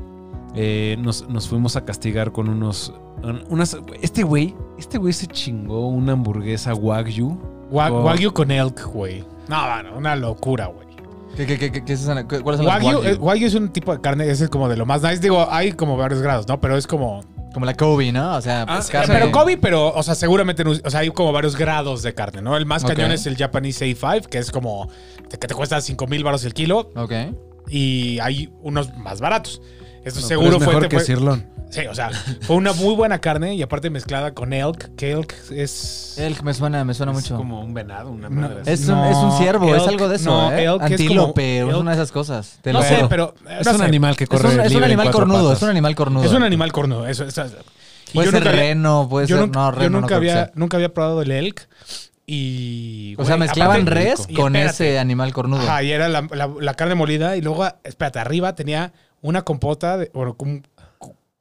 [SPEAKER 2] eh, nos, nos fuimos a castigar con unos. un- Unas, este güey, este güey se chingó una hamburguesa Wagyu.
[SPEAKER 3] Wa-
[SPEAKER 2] Oh.
[SPEAKER 3] Wagyu con elk, güey. No, bueno, una locura, güey.
[SPEAKER 1] ¿Qué, qué, qué, qué, qué es esa- cu- ¿Cuáles son las
[SPEAKER 3] Wagyu,
[SPEAKER 1] Wagyu?
[SPEAKER 3] eh, Wagyu es un tipo de carne, ese es como de lo más nice. Digo, hay como varios grados, ¿no? Pero es como.
[SPEAKER 1] Como la Kobe, ¿no? O sea,
[SPEAKER 2] Ah,
[SPEAKER 1] pues,
[SPEAKER 2] sí,
[SPEAKER 1] carne.
[SPEAKER 3] Pero Kobe, pero, o sea, seguramente, no- o sea, hay como varios grados de carne, ¿no? El más
[SPEAKER 1] Ok.
[SPEAKER 3] cañón es el Japanese A5, que es como. te- que te cuesta 5 mil baros el kilo.
[SPEAKER 1] Ok.
[SPEAKER 3] y hay unos más baratos. Esto
[SPEAKER 2] No,
[SPEAKER 3] seguro
[SPEAKER 2] pero es
[SPEAKER 3] fue,
[SPEAKER 2] mejor
[SPEAKER 3] te
[SPEAKER 2] que
[SPEAKER 3] fue-
[SPEAKER 2] Cirlón.
[SPEAKER 3] Sí, o sea, fue una muy buena carne y aparte mezclada con elk, que elk es
[SPEAKER 1] Elk me suena, me suena mucho.
[SPEAKER 2] Es como un venado, una
[SPEAKER 3] No,
[SPEAKER 2] madre. así.
[SPEAKER 1] Es un,
[SPEAKER 3] Pues No,
[SPEAKER 1] es un ciervo, es
[SPEAKER 3] elk,
[SPEAKER 1] algo de eso,
[SPEAKER 3] no,
[SPEAKER 1] ¿eh?
[SPEAKER 3] elk es
[SPEAKER 1] Antílope,
[SPEAKER 3] como-
[SPEAKER 1] es
[SPEAKER 3] elk.
[SPEAKER 1] una de esas cosas. Te
[SPEAKER 3] no
[SPEAKER 1] lo
[SPEAKER 3] sé,
[SPEAKER 1] juro.
[SPEAKER 3] pero eh,
[SPEAKER 2] Es
[SPEAKER 3] no
[SPEAKER 2] un
[SPEAKER 3] sé.
[SPEAKER 2] animal que
[SPEAKER 1] Es
[SPEAKER 2] corre
[SPEAKER 1] un, es un
[SPEAKER 2] libre en
[SPEAKER 1] animal
[SPEAKER 2] cuatro
[SPEAKER 1] cornudo,
[SPEAKER 2] patas.
[SPEAKER 1] es un animal cornudo.
[SPEAKER 3] Es un animal cornudo, eso, eso- eso. Y
[SPEAKER 1] Puede
[SPEAKER 3] yo
[SPEAKER 1] ser
[SPEAKER 3] nunca había-
[SPEAKER 1] reno, puede
[SPEAKER 3] yo
[SPEAKER 1] ser.
[SPEAKER 3] nunca,
[SPEAKER 1] no,
[SPEAKER 3] yo
[SPEAKER 1] reno no
[SPEAKER 3] nunca
[SPEAKER 1] creo que
[SPEAKER 3] había,
[SPEAKER 1] sea.
[SPEAKER 3] nunca había probado el elk y
[SPEAKER 1] O sea,
[SPEAKER 3] güey,
[SPEAKER 1] mezclaban
[SPEAKER 3] aparte-
[SPEAKER 1] res
[SPEAKER 3] y
[SPEAKER 1] con
[SPEAKER 3] espérate,
[SPEAKER 1] ese animal cornudo.
[SPEAKER 3] Ajá, y era la, la- la carne molida y luego, espérate, arriba tenía una compota de bueno, como-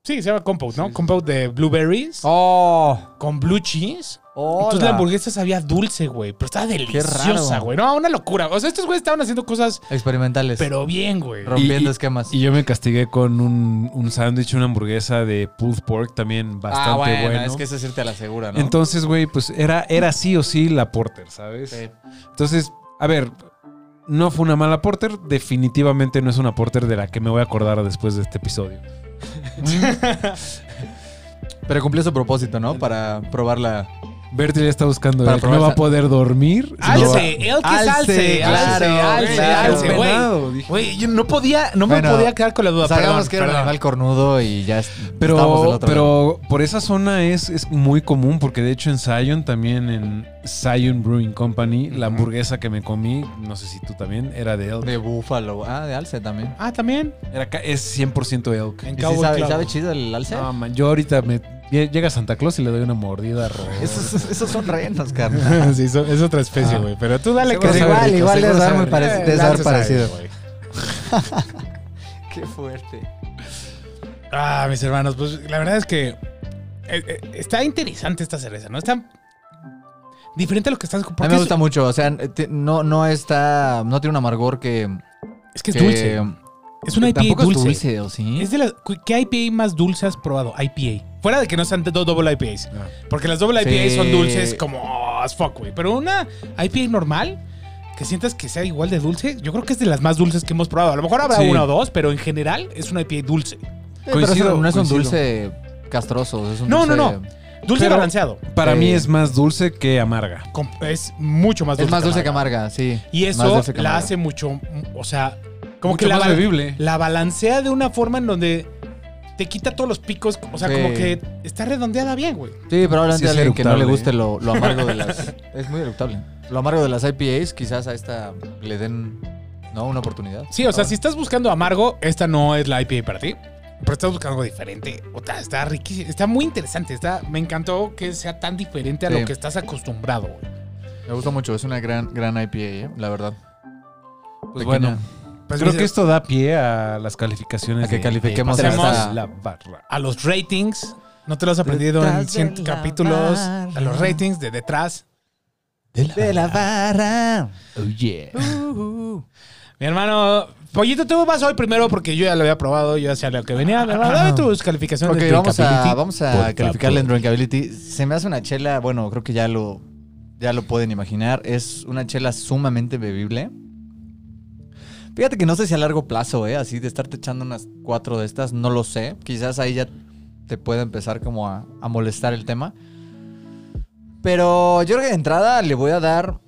[SPEAKER 3] sí, se llama compote, ¿no? Compote de blueberries
[SPEAKER 1] ¡Oh!
[SPEAKER 3] con blue cheese Entonces
[SPEAKER 1] ¡Hola!
[SPEAKER 3] la hamburguesa sabía dulce, güey. Pero estaba deliciosa,
[SPEAKER 1] raro.
[SPEAKER 3] güey. No, una locura. O sea, estos güeyes estaban haciendo cosas,
[SPEAKER 1] Experimentales.
[SPEAKER 3] pero bien, güey.
[SPEAKER 1] rompiendo
[SPEAKER 2] Y- y-
[SPEAKER 1] esquemas. Ah,
[SPEAKER 2] Y yo me castigué con un, un sándwich, una hamburguesa de pulled pork también bastante
[SPEAKER 1] ah, bueno,
[SPEAKER 2] bueno.
[SPEAKER 1] es que eso es irte a la segura, ¿no?
[SPEAKER 2] Entonces, güey, pues era, era sí o sí la porter, ¿sabes?
[SPEAKER 1] Sí.
[SPEAKER 2] Entonces, a ver, no fue una mala porter, definitivamente no es una porter de la que me voy a acordar después de este episodio.
[SPEAKER 1] Pero cumplió su propósito, ¿no? Para probar la
[SPEAKER 2] Bertil está buscando.
[SPEAKER 1] Para
[SPEAKER 2] el que no
[SPEAKER 1] probar
[SPEAKER 2] va a
[SPEAKER 1] esa-
[SPEAKER 2] poder dormir. no va-
[SPEAKER 3] Alce, el que es alce, alce, alce,
[SPEAKER 1] claro.
[SPEAKER 3] alce, güey.
[SPEAKER 1] Penado, dije.
[SPEAKER 3] Güey, yo no podía, no
[SPEAKER 1] Bueno,
[SPEAKER 3] me podía quedar con la duda.
[SPEAKER 1] Sabíamos
[SPEAKER 3] Perdón,
[SPEAKER 1] que era un
[SPEAKER 3] perdón.
[SPEAKER 1] animal cornudo y ya es- estábamos del
[SPEAKER 2] Pero,
[SPEAKER 1] otro lado.
[SPEAKER 2] pero por esa zona es, es muy común, porque de hecho en Zion, también en Zion Brewing Company, la hamburguesa que me comí, no sé si tú también, era de elk.
[SPEAKER 1] De búfalo. Ah, de alce también.
[SPEAKER 3] Ah, también.
[SPEAKER 2] Era ca- es 100% elk.
[SPEAKER 3] En
[SPEAKER 1] ¿Y sí
[SPEAKER 3] Cowboy
[SPEAKER 1] sabe,
[SPEAKER 3] Club.
[SPEAKER 1] sabe chido el alce?
[SPEAKER 2] No, man, yo ahorita me lle- llega Santa Claus y le doy una mordida a Ro-
[SPEAKER 1] Esos, esos son renos, carnal.
[SPEAKER 3] Sí, so- es otra
[SPEAKER 1] Ah.
[SPEAKER 3] especie, güey. Pero tú dale
[SPEAKER 1] Seguro
[SPEAKER 3] que
[SPEAKER 1] sabe rico, seguro
[SPEAKER 3] debe
[SPEAKER 1] sabe
[SPEAKER 3] muy
[SPEAKER 1] rico.
[SPEAKER 3] parec-
[SPEAKER 1] Eh,
[SPEAKER 3] debe
[SPEAKER 1] alce
[SPEAKER 3] saber
[SPEAKER 1] sabe,
[SPEAKER 3] güey.
[SPEAKER 1] Qué fuerte.
[SPEAKER 3] Ah, mis hermanos, pues la verdad es que eh, eh, está interesante esta cerveza, ¿no? Está diferente a lo que estás...
[SPEAKER 1] A mí
[SPEAKER 3] porque
[SPEAKER 1] me
[SPEAKER 3] es-
[SPEAKER 1] gusta mucho. O sea, te- no, no está. No tiene un amargor que.
[SPEAKER 3] Es que es
[SPEAKER 1] que-
[SPEAKER 3] dulce. Es una IPA
[SPEAKER 1] tampoco es
[SPEAKER 3] dulce.
[SPEAKER 1] dulce, ¿eh? ¿o sí?
[SPEAKER 3] Es de las- cu- ¿Qué IPA más dulce has probado? IPA. Fuera de que no sean dos double IPAs.
[SPEAKER 2] Ah.
[SPEAKER 3] Porque las double IPAs son
[SPEAKER 1] Sí.
[SPEAKER 3] dulces como oh, as fuck, güey. Pero una IPA normal, que sientas que sea igual de dulce, yo creo que es de las más dulces que hemos probado. A lo mejor habrá
[SPEAKER 2] Sí.
[SPEAKER 3] una o dos, pero en general es una IPA dulce.
[SPEAKER 1] Eh, pero eso
[SPEAKER 2] Coincido,
[SPEAKER 1] no es
[SPEAKER 2] coincido.
[SPEAKER 1] un dulce castroso. Es un
[SPEAKER 3] No,
[SPEAKER 1] dulce-
[SPEAKER 3] no, no. Dulce
[SPEAKER 2] Pero-
[SPEAKER 3] balanceado.
[SPEAKER 2] Para
[SPEAKER 1] Sí.
[SPEAKER 2] mí
[SPEAKER 3] Eh.
[SPEAKER 2] es más dulce que amarga.
[SPEAKER 3] Com- Es mucho más dulce.
[SPEAKER 1] Es más dulce que
[SPEAKER 3] amarga.
[SPEAKER 1] amarga, sí.
[SPEAKER 3] Y
[SPEAKER 1] Más
[SPEAKER 3] eso
[SPEAKER 1] dulce que
[SPEAKER 3] la
[SPEAKER 1] amarga.
[SPEAKER 3] hace mucho, o sea, como
[SPEAKER 2] Mucho
[SPEAKER 3] que la,
[SPEAKER 2] más
[SPEAKER 3] bal-
[SPEAKER 2] bebible.
[SPEAKER 3] la balancea de una forma en donde te quita todos los picos. O sea,
[SPEAKER 1] Sí.
[SPEAKER 3] como que está redondeada bien, güey.
[SPEAKER 1] Sí, probablemente
[SPEAKER 2] Sí, es
[SPEAKER 1] a alguien que no le
[SPEAKER 2] eructable,
[SPEAKER 1] guste
[SPEAKER 3] ¿eh?
[SPEAKER 1] lo, lo amargo de las. es muy eructable. Lo amargo de las IPAs, quizás a esta le den no una oportunidad.
[SPEAKER 3] Sí, o sea, si estás buscando amargo, esta no es la IPA para ti. Pero estás buscando algo diferente. O sea, está riquísimo. Está muy interesante. Está, me encantó que sea tan diferente a
[SPEAKER 1] Sí.
[SPEAKER 3] lo que estás acostumbrado, güey.
[SPEAKER 1] Me gusta mucho, es una gran, gran IPA, ¿eh? la verdad.
[SPEAKER 2] Pues
[SPEAKER 1] Pequeña.
[SPEAKER 2] bueno,
[SPEAKER 3] Pues,
[SPEAKER 2] creo
[SPEAKER 3] mis-
[SPEAKER 2] que esto da pie a las calificaciones.
[SPEAKER 1] A que
[SPEAKER 2] de-
[SPEAKER 1] califiquemos
[SPEAKER 2] de
[SPEAKER 3] esta-
[SPEAKER 2] Tras la barra.
[SPEAKER 3] a los ratings. No te lo has aprendido en
[SPEAKER 1] Detrás
[SPEAKER 3] 100
[SPEAKER 1] de la
[SPEAKER 3] capítulos.
[SPEAKER 1] barra.
[SPEAKER 3] A los ratings de detrás.
[SPEAKER 1] De la barra. uh. Oh yeah.
[SPEAKER 3] Mi hermano, Pollito, tú vas hoy primero porque yo ya lo había probado. Yo hacía lo que venía. Mi hermano, dame tus calificaciones.
[SPEAKER 1] Ok,
[SPEAKER 3] de
[SPEAKER 1] vamos a,
[SPEAKER 3] drinkability.
[SPEAKER 1] vamos a calificarle en Drinkability. Se me hace una chela, bueno, creo que ya lo, ya lo pueden imaginar. Es una chela sumamente bebible. Fíjate que no sé si a largo plazo, ¿eh? Así de estarte echando unas cuatro de estas, no lo sé. Quizás ahí ya te pueda empezar como a, a molestar el tema. Pero yo creo que de entrada le voy a dar...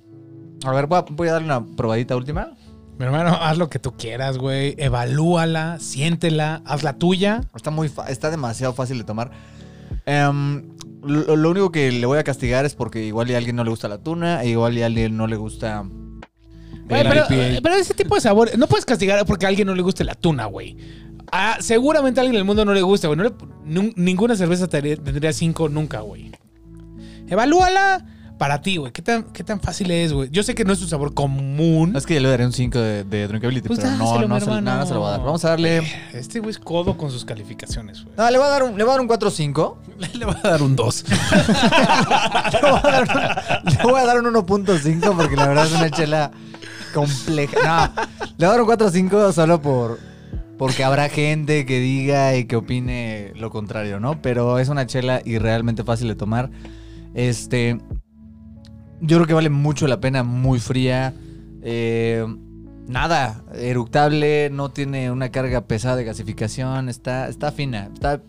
[SPEAKER 1] A ver, voy a, voy a darle una probadita última.
[SPEAKER 3] Mi hermano, haz lo que tú quieras, güey. Evalúala, siéntela, haz la tuya.
[SPEAKER 1] Está muy fa- está demasiado fácil de tomar. Em, lo, lo único que le voy a castigar es porque igual y a alguien no le gusta la tuna, e igual y a alguien no le gusta.
[SPEAKER 3] Güey,
[SPEAKER 1] el
[SPEAKER 3] pero, eh,
[SPEAKER 1] IPA.
[SPEAKER 3] pero ese tipo de sabor, no puedes castigar porque a alguien no le guste la tuna, güey. Ah, seguramente a alguien en el mundo no le gusta, güey. No le- nun- ninguna cerveza tendría- tendría cinco nunca, güey. Evalúala para ti, güey. ¿Qué tan, ¿Qué tan fácil es, güey? Yo sé que no es un sabor común.
[SPEAKER 1] Es que ya le daré un 5 de, de drinkability,
[SPEAKER 3] Pues
[SPEAKER 1] pero no,
[SPEAKER 3] dáselo,
[SPEAKER 1] no
[SPEAKER 3] mi
[SPEAKER 1] se, no, no
[SPEAKER 3] hermano.
[SPEAKER 1] se lo voy a dar. Vamos a darle.
[SPEAKER 3] Este güey es codo con sus calificaciones, güey.
[SPEAKER 1] No, le voy a dar un, le voy a dar un 4-5.
[SPEAKER 2] Le va a dar un 2.
[SPEAKER 1] Le voy a dar un- le voy a dar un 1.5 porque la verdad es una chela compleja. No, le voy a dar un 4-5 solo por. Porque habrá gente que diga y que opine lo contrario, ¿no? Pero es una chela y realmente fácil de tomar. Este. Yo creo que vale mucho la pena, muy fría. eh, nada, eructable, no tiene una carga pesada de gasificación. Está, está fina, está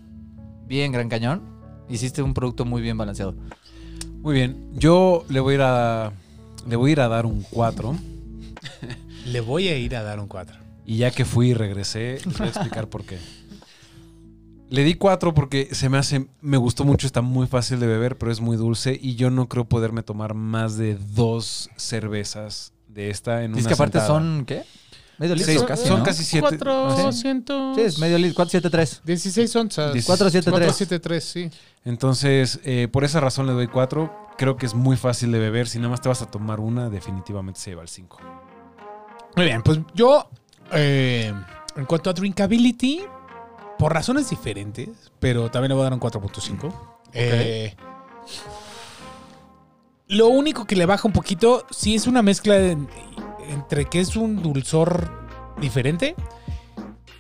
[SPEAKER 1] bien, gran cañón. Hiciste un producto muy bien balanceado.
[SPEAKER 2] Muy bien. Yo le voy a ir a, le voy a, ir a dar un 4.
[SPEAKER 3] Le voy a ir a dar un 4.
[SPEAKER 2] Y ya que fui y regresé, les voy a explicar por qué. Le di cuatro porque se me hace, me gustó mucho, está muy fácil de beber, pero es muy dulce y yo no creo poderme tomar más de dos cervezas de esta en una
[SPEAKER 1] Es que aparte
[SPEAKER 2] sentada.
[SPEAKER 1] son, ¿qué? Medio litro
[SPEAKER 2] Seis-
[SPEAKER 1] casi,
[SPEAKER 2] son
[SPEAKER 1] ¿no?
[SPEAKER 2] casi siete. Sí.
[SPEAKER 3] 400.
[SPEAKER 1] Sí, es medio litro. 473.
[SPEAKER 3] 16 onzas.
[SPEAKER 2] Dieciséis.
[SPEAKER 1] 473.
[SPEAKER 3] 473, sí.
[SPEAKER 2] Entonces, eh, por esa razón le doy cuatro. Creo que es muy fácil de beber. Si nada más te vas a tomar una, definitivamente se lleva el cinco.
[SPEAKER 3] Muy bien, pues yo, eh, en cuanto a drinkability, por razones diferentes, pero también le voy a dar un 4.5. Eh, lo único que le baja un poquito, sí es una mezcla de- entre que es un dulzor diferente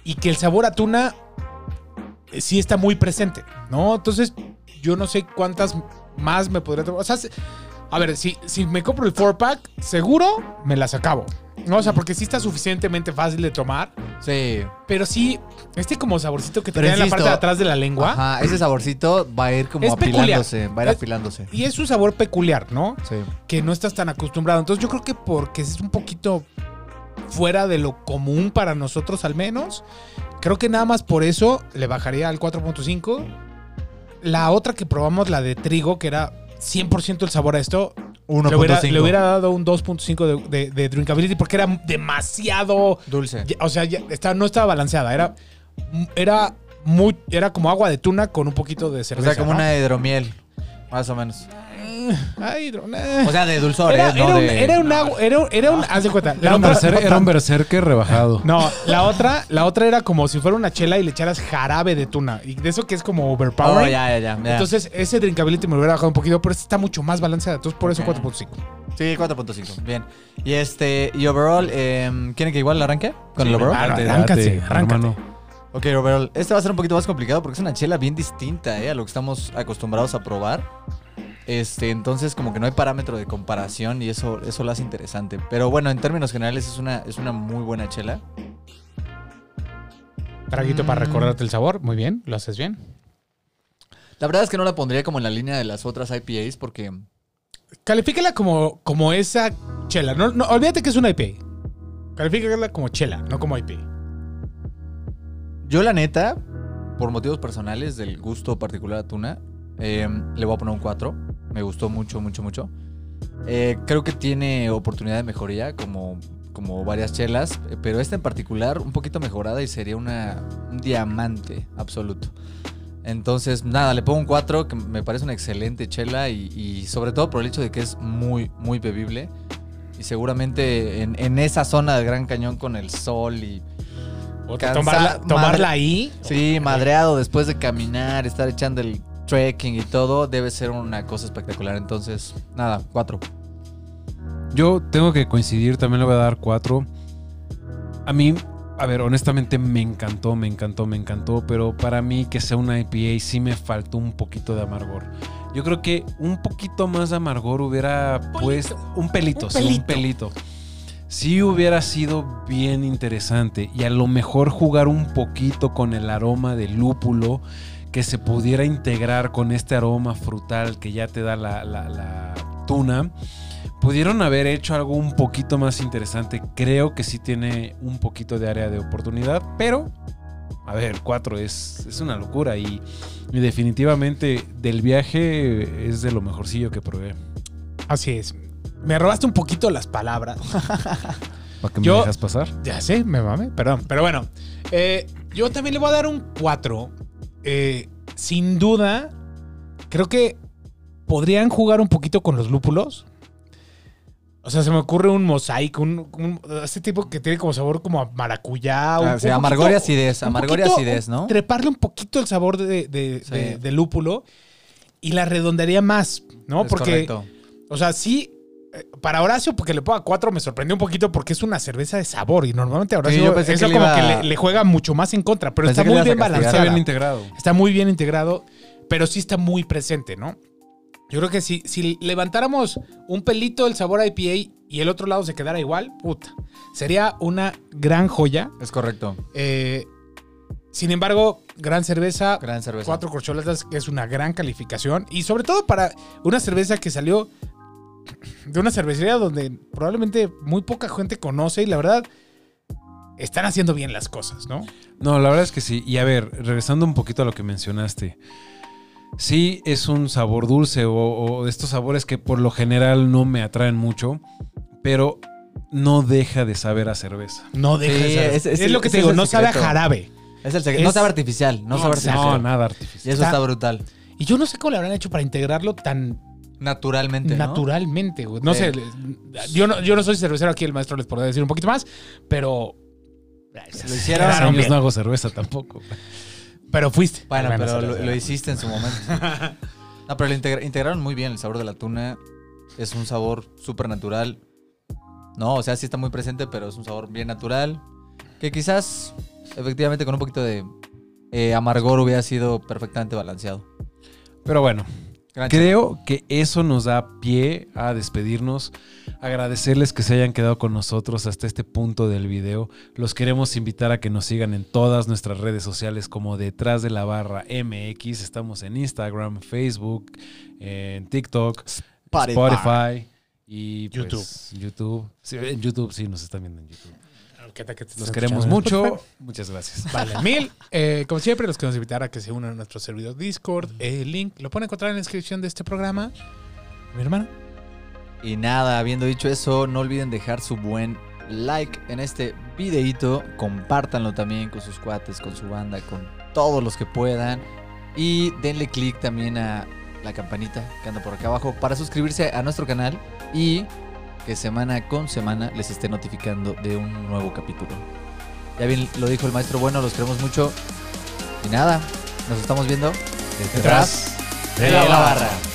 [SPEAKER 3] y que el sabor a tuna eh, sí está muy presente, ¿no? Entonces, yo no sé cuántas más me podría tomar. O sea, se- a ver, si, si me compro el 4-pack, seguro me las acabo. No, o sea, porque sí está suficientemente fácil de tomar,
[SPEAKER 1] Sí.
[SPEAKER 3] pero sí, este como saborcito que te
[SPEAKER 1] Pero
[SPEAKER 3] queda en la
[SPEAKER 1] insisto,
[SPEAKER 3] parte de atrás de la lengua.
[SPEAKER 1] Ajá, ese saborcito va a ir como
[SPEAKER 3] Es peculiar.
[SPEAKER 1] apilándose, va a ir
[SPEAKER 3] Es-
[SPEAKER 1] apilándose.
[SPEAKER 3] Y es un sabor peculiar, ¿no?
[SPEAKER 1] Sí.
[SPEAKER 3] Que no estás tan acostumbrado. Entonces yo creo que porque es un poquito fuera de lo común para nosotros al menos, creo que nada más por eso le bajaría al 4.5. La otra que probamos, la de trigo, que era 100% el sabor a esto, le hubiera, le
[SPEAKER 1] 1.5.
[SPEAKER 3] hubiera dado un 2.5 de, de- de drinkability porque era demasiado...
[SPEAKER 1] Dulce.
[SPEAKER 3] Ya- O sea, ya está- no estaba balanceada. Era, era, muy, era como agua de tuna con un poquito de
[SPEAKER 1] O
[SPEAKER 3] cerveza.
[SPEAKER 1] sea, como
[SPEAKER 3] ¿no?
[SPEAKER 1] una hidromiel, más o menos.
[SPEAKER 3] Ay, no, nah.
[SPEAKER 1] O sea, de dulzor,
[SPEAKER 3] era,
[SPEAKER 1] ¿eh? no Ah.
[SPEAKER 3] era un,
[SPEAKER 1] de-
[SPEAKER 3] era un agua. Era, un- era un. Haz de cuenta. La
[SPEAKER 2] Era un,
[SPEAKER 3] otra,
[SPEAKER 2] berser- era un berserker rebajado.
[SPEAKER 3] no, la otra, la otra era como si fuera una chela y le echaras jarabe de tuna. Y de eso que es como
[SPEAKER 1] Oh,
[SPEAKER 3] overpowering.
[SPEAKER 1] ya, ya, ya. ya.
[SPEAKER 3] Entonces, ese drinkability me hubiera bajado un poquito, pero esta está mucho más balanceada. Entonces, por eso
[SPEAKER 1] Ok.
[SPEAKER 3] 4.5.
[SPEAKER 1] sí, 4.5. Bien. Y este, y overall, em, ¿quieren que igual arranque? Con el overall.
[SPEAKER 3] claro.
[SPEAKER 2] Date,
[SPEAKER 3] Arráncate,
[SPEAKER 2] date,
[SPEAKER 3] arráncate.
[SPEAKER 1] Ok, overall. Este va a ser un poquito más complicado porque es una chela bien distinta, ¿eh? A lo que estamos acostumbrados a probar. Este, entonces como que no hay parámetro de comparación y eso, eso lo hace interesante. Pero bueno, en términos generales es una, es una muy buena chela.
[SPEAKER 3] Traguito
[SPEAKER 1] Mm.
[SPEAKER 3] para recordarte el sabor. Muy bien, lo haces bien.
[SPEAKER 1] La verdad es que no la pondría como en la línea de las otras IPAs porque...
[SPEAKER 3] Califícala como, como esa chela. No, no, olvídate que es una IPA. Califícala como chela, no como IPA.
[SPEAKER 1] Yo la neta, por motivos personales del gusto particular a Tuna, eh, le voy a poner un 4. Me gustó mucho, mucho, mucho. Eh, creo que tiene oportunidad de mejoría como, como varias chelas, eh, pero esta en particular un poquito mejorada y sería una, un diamante absoluto. Entonces, nada, le pongo un 4, que me parece una excelente chela y, y sobre todo por el hecho de que es muy, muy bebible. Y seguramente en, en esa zona del Gran Cañón con el sol y
[SPEAKER 3] O
[SPEAKER 1] Cansa-
[SPEAKER 3] tomarla,
[SPEAKER 1] madre-
[SPEAKER 3] tomarla ahí.
[SPEAKER 1] Sí, madreado después de caminar, estar echando el trekking y todo, debe ser una cosa espectacular. Entonces, nada, cuatro.
[SPEAKER 2] Yo tengo que coincidir, también le voy a dar cuatro. A mí, a ver, honestamente me encantó, me encantó, me encantó, pero para mí que sea una IPA sí me faltó un poquito de amargor. Yo creo que un poquito más de amargor hubiera pues un pelito,
[SPEAKER 3] Un
[SPEAKER 2] sí,
[SPEAKER 3] pelito.
[SPEAKER 2] un pelito. Sí hubiera sido bien interesante y a lo mejor jugar un poquito con el aroma del lúpulo que se pudiera integrar con este aroma frutal que ya te da la, la- la tuna. Pudieron haber hecho algo un poquito más interesante. Creo que sí tiene un poquito de área de oportunidad, pero a ver, cuatro es, es una locura y, y definitivamente del viaje es de lo mejorcillo que probé.
[SPEAKER 3] Así es. Me robaste un poquito las palabras.
[SPEAKER 2] ¿Para que me
[SPEAKER 3] Yo-
[SPEAKER 2] dejas pasar?
[SPEAKER 3] Ya sé, me mame, perdón. Pero bueno, eh, yo también le voy a dar un 4. sin duda, creo que podrían jugar un poquito con los lúpulos. O sea, se me ocurre un mosaico, un, un- este tipo que tiene como sabor como a maracuyá. Ah, un-
[SPEAKER 1] O sea,
[SPEAKER 3] un
[SPEAKER 1] Ah, amargor y
[SPEAKER 3] poquito-
[SPEAKER 1] acidez,
[SPEAKER 3] un
[SPEAKER 1] amargor y
[SPEAKER 3] poquito-
[SPEAKER 1] acidez, ¿no?
[SPEAKER 3] Treparle un poquito el sabor de, de-
[SPEAKER 1] Sí.
[SPEAKER 3] de- de lúpulo y la redondearía más, ¿no?
[SPEAKER 1] Es
[SPEAKER 3] Porque
[SPEAKER 1] correcto.
[SPEAKER 3] o sea, sí. eh, Para Horacio, porque le pongo a cuatro, me sorprendió un poquito porque es una cerveza de sabor. Y normalmente a Horacio
[SPEAKER 1] yo pensé
[SPEAKER 3] eso
[SPEAKER 1] que le
[SPEAKER 3] como
[SPEAKER 1] iba-
[SPEAKER 3] que le, le juega mucho más en contra, pero
[SPEAKER 1] Pensé
[SPEAKER 3] está
[SPEAKER 1] que le
[SPEAKER 3] muy
[SPEAKER 1] ibas a
[SPEAKER 3] bien
[SPEAKER 1] castigar.
[SPEAKER 2] Está
[SPEAKER 3] balanceada.
[SPEAKER 2] bien integrado.
[SPEAKER 3] Está muy bien integrado, pero sí está muy presente, ¿no? Yo creo que si, si levantáramos un pelito el sabor a IPA y el otro lado se quedara igual, puta, sería una gran joya.
[SPEAKER 1] Es correcto.
[SPEAKER 3] Eh, sin embargo, gran cerveza,
[SPEAKER 1] Gran cerveza.
[SPEAKER 3] Cuatro corcholatas que es una gran calificación. Y sobre todo para una cerveza que salió de una cervecería donde probablemente muy poca gente conoce y la verdad están haciendo bien las cosas, ¿no?
[SPEAKER 2] No, la verdad es que sí. Y a ver, regresando un poquito a lo que mencionaste. Sí, es un sabor dulce o, o de estos sabores que por lo general no me atraen mucho, pero no deja de saber a cerveza.
[SPEAKER 3] No deja
[SPEAKER 1] Sí,
[SPEAKER 3] de saber. Es,
[SPEAKER 1] es- es-
[SPEAKER 3] lo que
[SPEAKER 1] ese
[SPEAKER 3] te
[SPEAKER 1] es
[SPEAKER 3] digo,
[SPEAKER 1] el
[SPEAKER 3] no sabe a
[SPEAKER 1] secreto.
[SPEAKER 3] jarabe.
[SPEAKER 1] Es el secreto. No
[SPEAKER 3] Es-
[SPEAKER 1] sabe artificial, no sabe artificial.
[SPEAKER 2] No, nada
[SPEAKER 1] Y
[SPEAKER 2] artificial.
[SPEAKER 1] eso
[SPEAKER 3] Está-
[SPEAKER 1] está brutal.
[SPEAKER 3] Y yo no sé cómo le habrán hecho para integrarlo tan
[SPEAKER 1] Naturalmente, ¿no?
[SPEAKER 3] naturalmente, güey. No
[SPEAKER 1] Sí.
[SPEAKER 3] sé, le- yo no, yo no soy cervecero aquí, el maestro les podrá decir un poquito más, pero...
[SPEAKER 1] Lo hicieron.
[SPEAKER 2] Hace
[SPEAKER 3] Quedaron
[SPEAKER 2] años
[SPEAKER 3] bien.
[SPEAKER 2] no hago cerveza tampoco.
[SPEAKER 3] Pero fuiste.
[SPEAKER 1] Bueno,
[SPEAKER 3] Al menos
[SPEAKER 1] pero
[SPEAKER 3] a la
[SPEAKER 1] lo, lo
[SPEAKER 3] cerveza.
[SPEAKER 1] hiciste en su momento. No, pero lo integra- integraron muy bien el sabor de la tuna. Es un sabor súper natural. No, o sea, sí está muy presente, pero es un sabor bien natural. Que quizás, efectivamente, con un poquito de eh, amargor hubiera sido perfectamente balanceado.
[SPEAKER 2] Pero bueno,
[SPEAKER 1] Gran
[SPEAKER 2] Creo que eso nos da pie a despedirnos, agradecerles que se hayan quedado con nosotros hasta este punto del video. Los queremos invitar a que nos sigan en todas nuestras redes sociales como detrás de la barra MX. Estamos en Instagram, Facebook, en TikTok, Spotify,
[SPEAKER 1] Spotify.
[SPEAKER 2] y pues,
[SPEAKER 3] YouTube.
[SPEAKER 2] YouTube. Sí, en YouTube, sí, nos están viendo en YouTube.
[SPEAKER 3] ¿Qué tal que te
[SPEAKER 2] Los
[SPEAKER 3] estás
[SPEAKER 2] queremos
[SPEAKER 3] escuchando?
[SPEAKER 2] mucho. Muchas gracias.
[SPEAKER 3] Vale, mil. Eh, como siempre, los queremos invitar a que se unan a nuestro servidor Discord. El link lo pueden encontrar en la descripción de este programa. Mi hermano.
[SPEAKER 1] Y nada, habiendo dicho eso, no olviden dejar su buen like en este videito. Compártanlo también con sus cuates, con su banda, con todos los que puedan. Y denle click también a la campanita que anda por acá abajo para suscribirse a nuestro canal y que semana con semana les esté notificando de un nuevo capítulo. Ya bien lo dijo el maestro bueno, los queremos mucho. Y nada, nos estamos viendo
[SPEAKER 2] Detrás
[SPEAKER 1] de la barra.